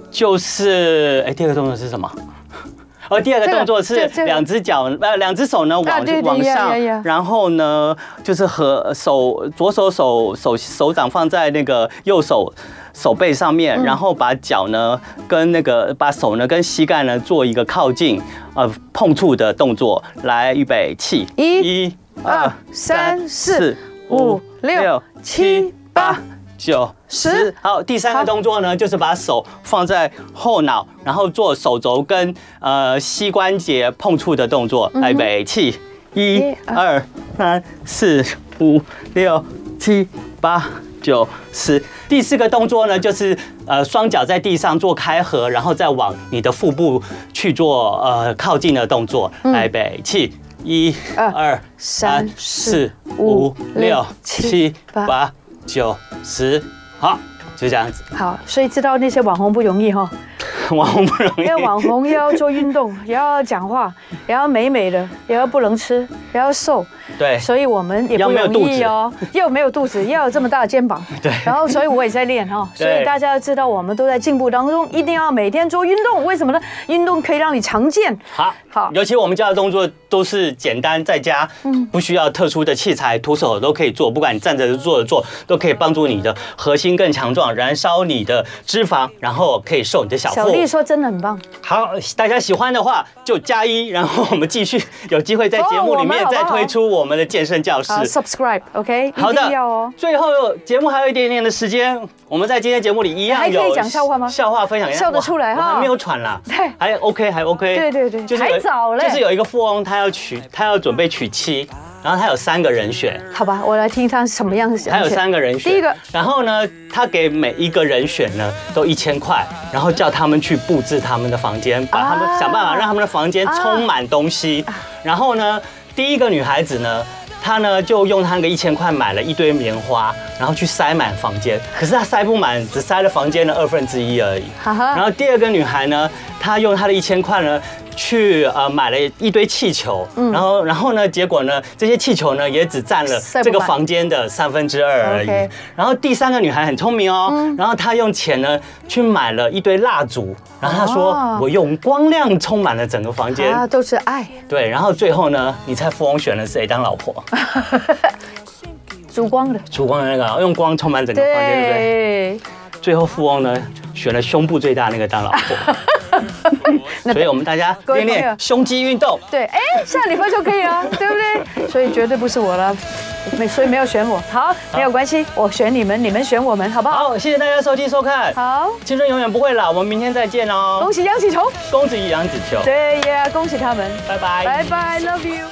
就是，哎，第二个动作是什么？ <laughs> 哦，第二个
这个
动作
这
是
这个啊
两只脚，呃，两只手呢往
对对
往
呀
上
呀呀，
然后呢，就是和手左手手手手掌放在那个右手手背上面，
嗯
然后把脚呢跟那个把手呢跟膝盖呢做一个靠近呃碰触的动作，来预备起，
一
一
二三四五六七八
九
十
十。好，第三个
好
动作呢，就是把手放在后脑，然后做手肘跟呃膝关节碰触的动作，
嗯
来北气，一
一
啊二三四五六七八九十。第四个动作呢，就是呃双脚在地上做开合，然后再往你的腹部去做呃靠近的动作。来，北气。一、
二
嗯二、
三
三、
四
啊四、
五
五、
六
六、
七
七、
八
八、九、十，好，就这样子。 <laughs>
好，所以知道那些网红不容易哈、
网红不容易，
因为网红又要做运动，也要讲话，也要美美的，也要不能吃，也要瘦，
对
所以我们也
要
不
没有
容易哦，又没有肚子，又有这么大的肩膀，
对
然后所以我也在练哈、所以
对
大家要知道我们都在进步当中，一定要每天做运动，为什么呢？运动可以让你常健，
好
好嗯
尤其我们教的动作都是简单在家，不需要特殊的器材，徒手都可以做，不管你站着坐着做，都可以帮助你的核心更强壮，燃烧你的脂肪，然后可以瘦你的小
小
腹。
丽说真的很棒，
好，大家喜欢的话就加一，然后我们继续有机会在节目里
哦我
面
们好不好
再推出我们的健身教室。
好 subscribe，OK，、
好
一
的
定要哦。。
最后节目还有一点点的时间，我们在今天节目里一样
还可
有
以讲笑话吗
笑话分享一下，
笑得出来
哇
哈
我还没有喘啦，
对
还 OK，还 OK。
对对对
有
还早嘞
就是有一个富翁，他要娶，他要准备娶妻，然后他有三个人选。
好吧，我来听他什么样子。
他有三个人选，
第一个，
然后呢，他给每一个人选呢都一千块，然后叫他们去布置他们的房间，把他们、
啊
想办法让他们的房间充满东西。然后呢，第一个女孩子呢，她呢就用她那个一千块买了一堆棉花，然后去塞满房间，可是她塞不满，只塞了房间的二分之一而已。
哈哈
然后第二个女孩呢，她用她的一千块呢，去呃买了一堆气球，
嗯
然后然后呢，结果呢，这些气球呢也只占了
塞不
这个
满
房间的三分之二而已
OK。嗯
然后第三个女孩很聪明哦，然后她用钱呢去买了一堆蜡烛，然后她说、
哦
我用光亮充满了整个房间。
啊，都是爱，
对，然后最后呢，你猜富翁选了谁当
<laughs>
老婆？
烛光的，
烛光的那个，用光充满整个房间，对不对？
对，
最后富翁呢选了胸部最大那个当老 <laughs> 婆。所以我们大家
各位
练
朋友
练胸肌运动。
对，哎，下礼拜就可以了，对不对？所以绝对不是我了，没，所以没有选我。好，没有关系，我选你们，你们选我们，好不好？
好，谢谢大家收听收看。
好，
青春永远不会老，我们明天再见哦。
恭喜杨启虫，
公子与杨子球，
对呀，恭喜他们，
拜拜。
拜拜，love you。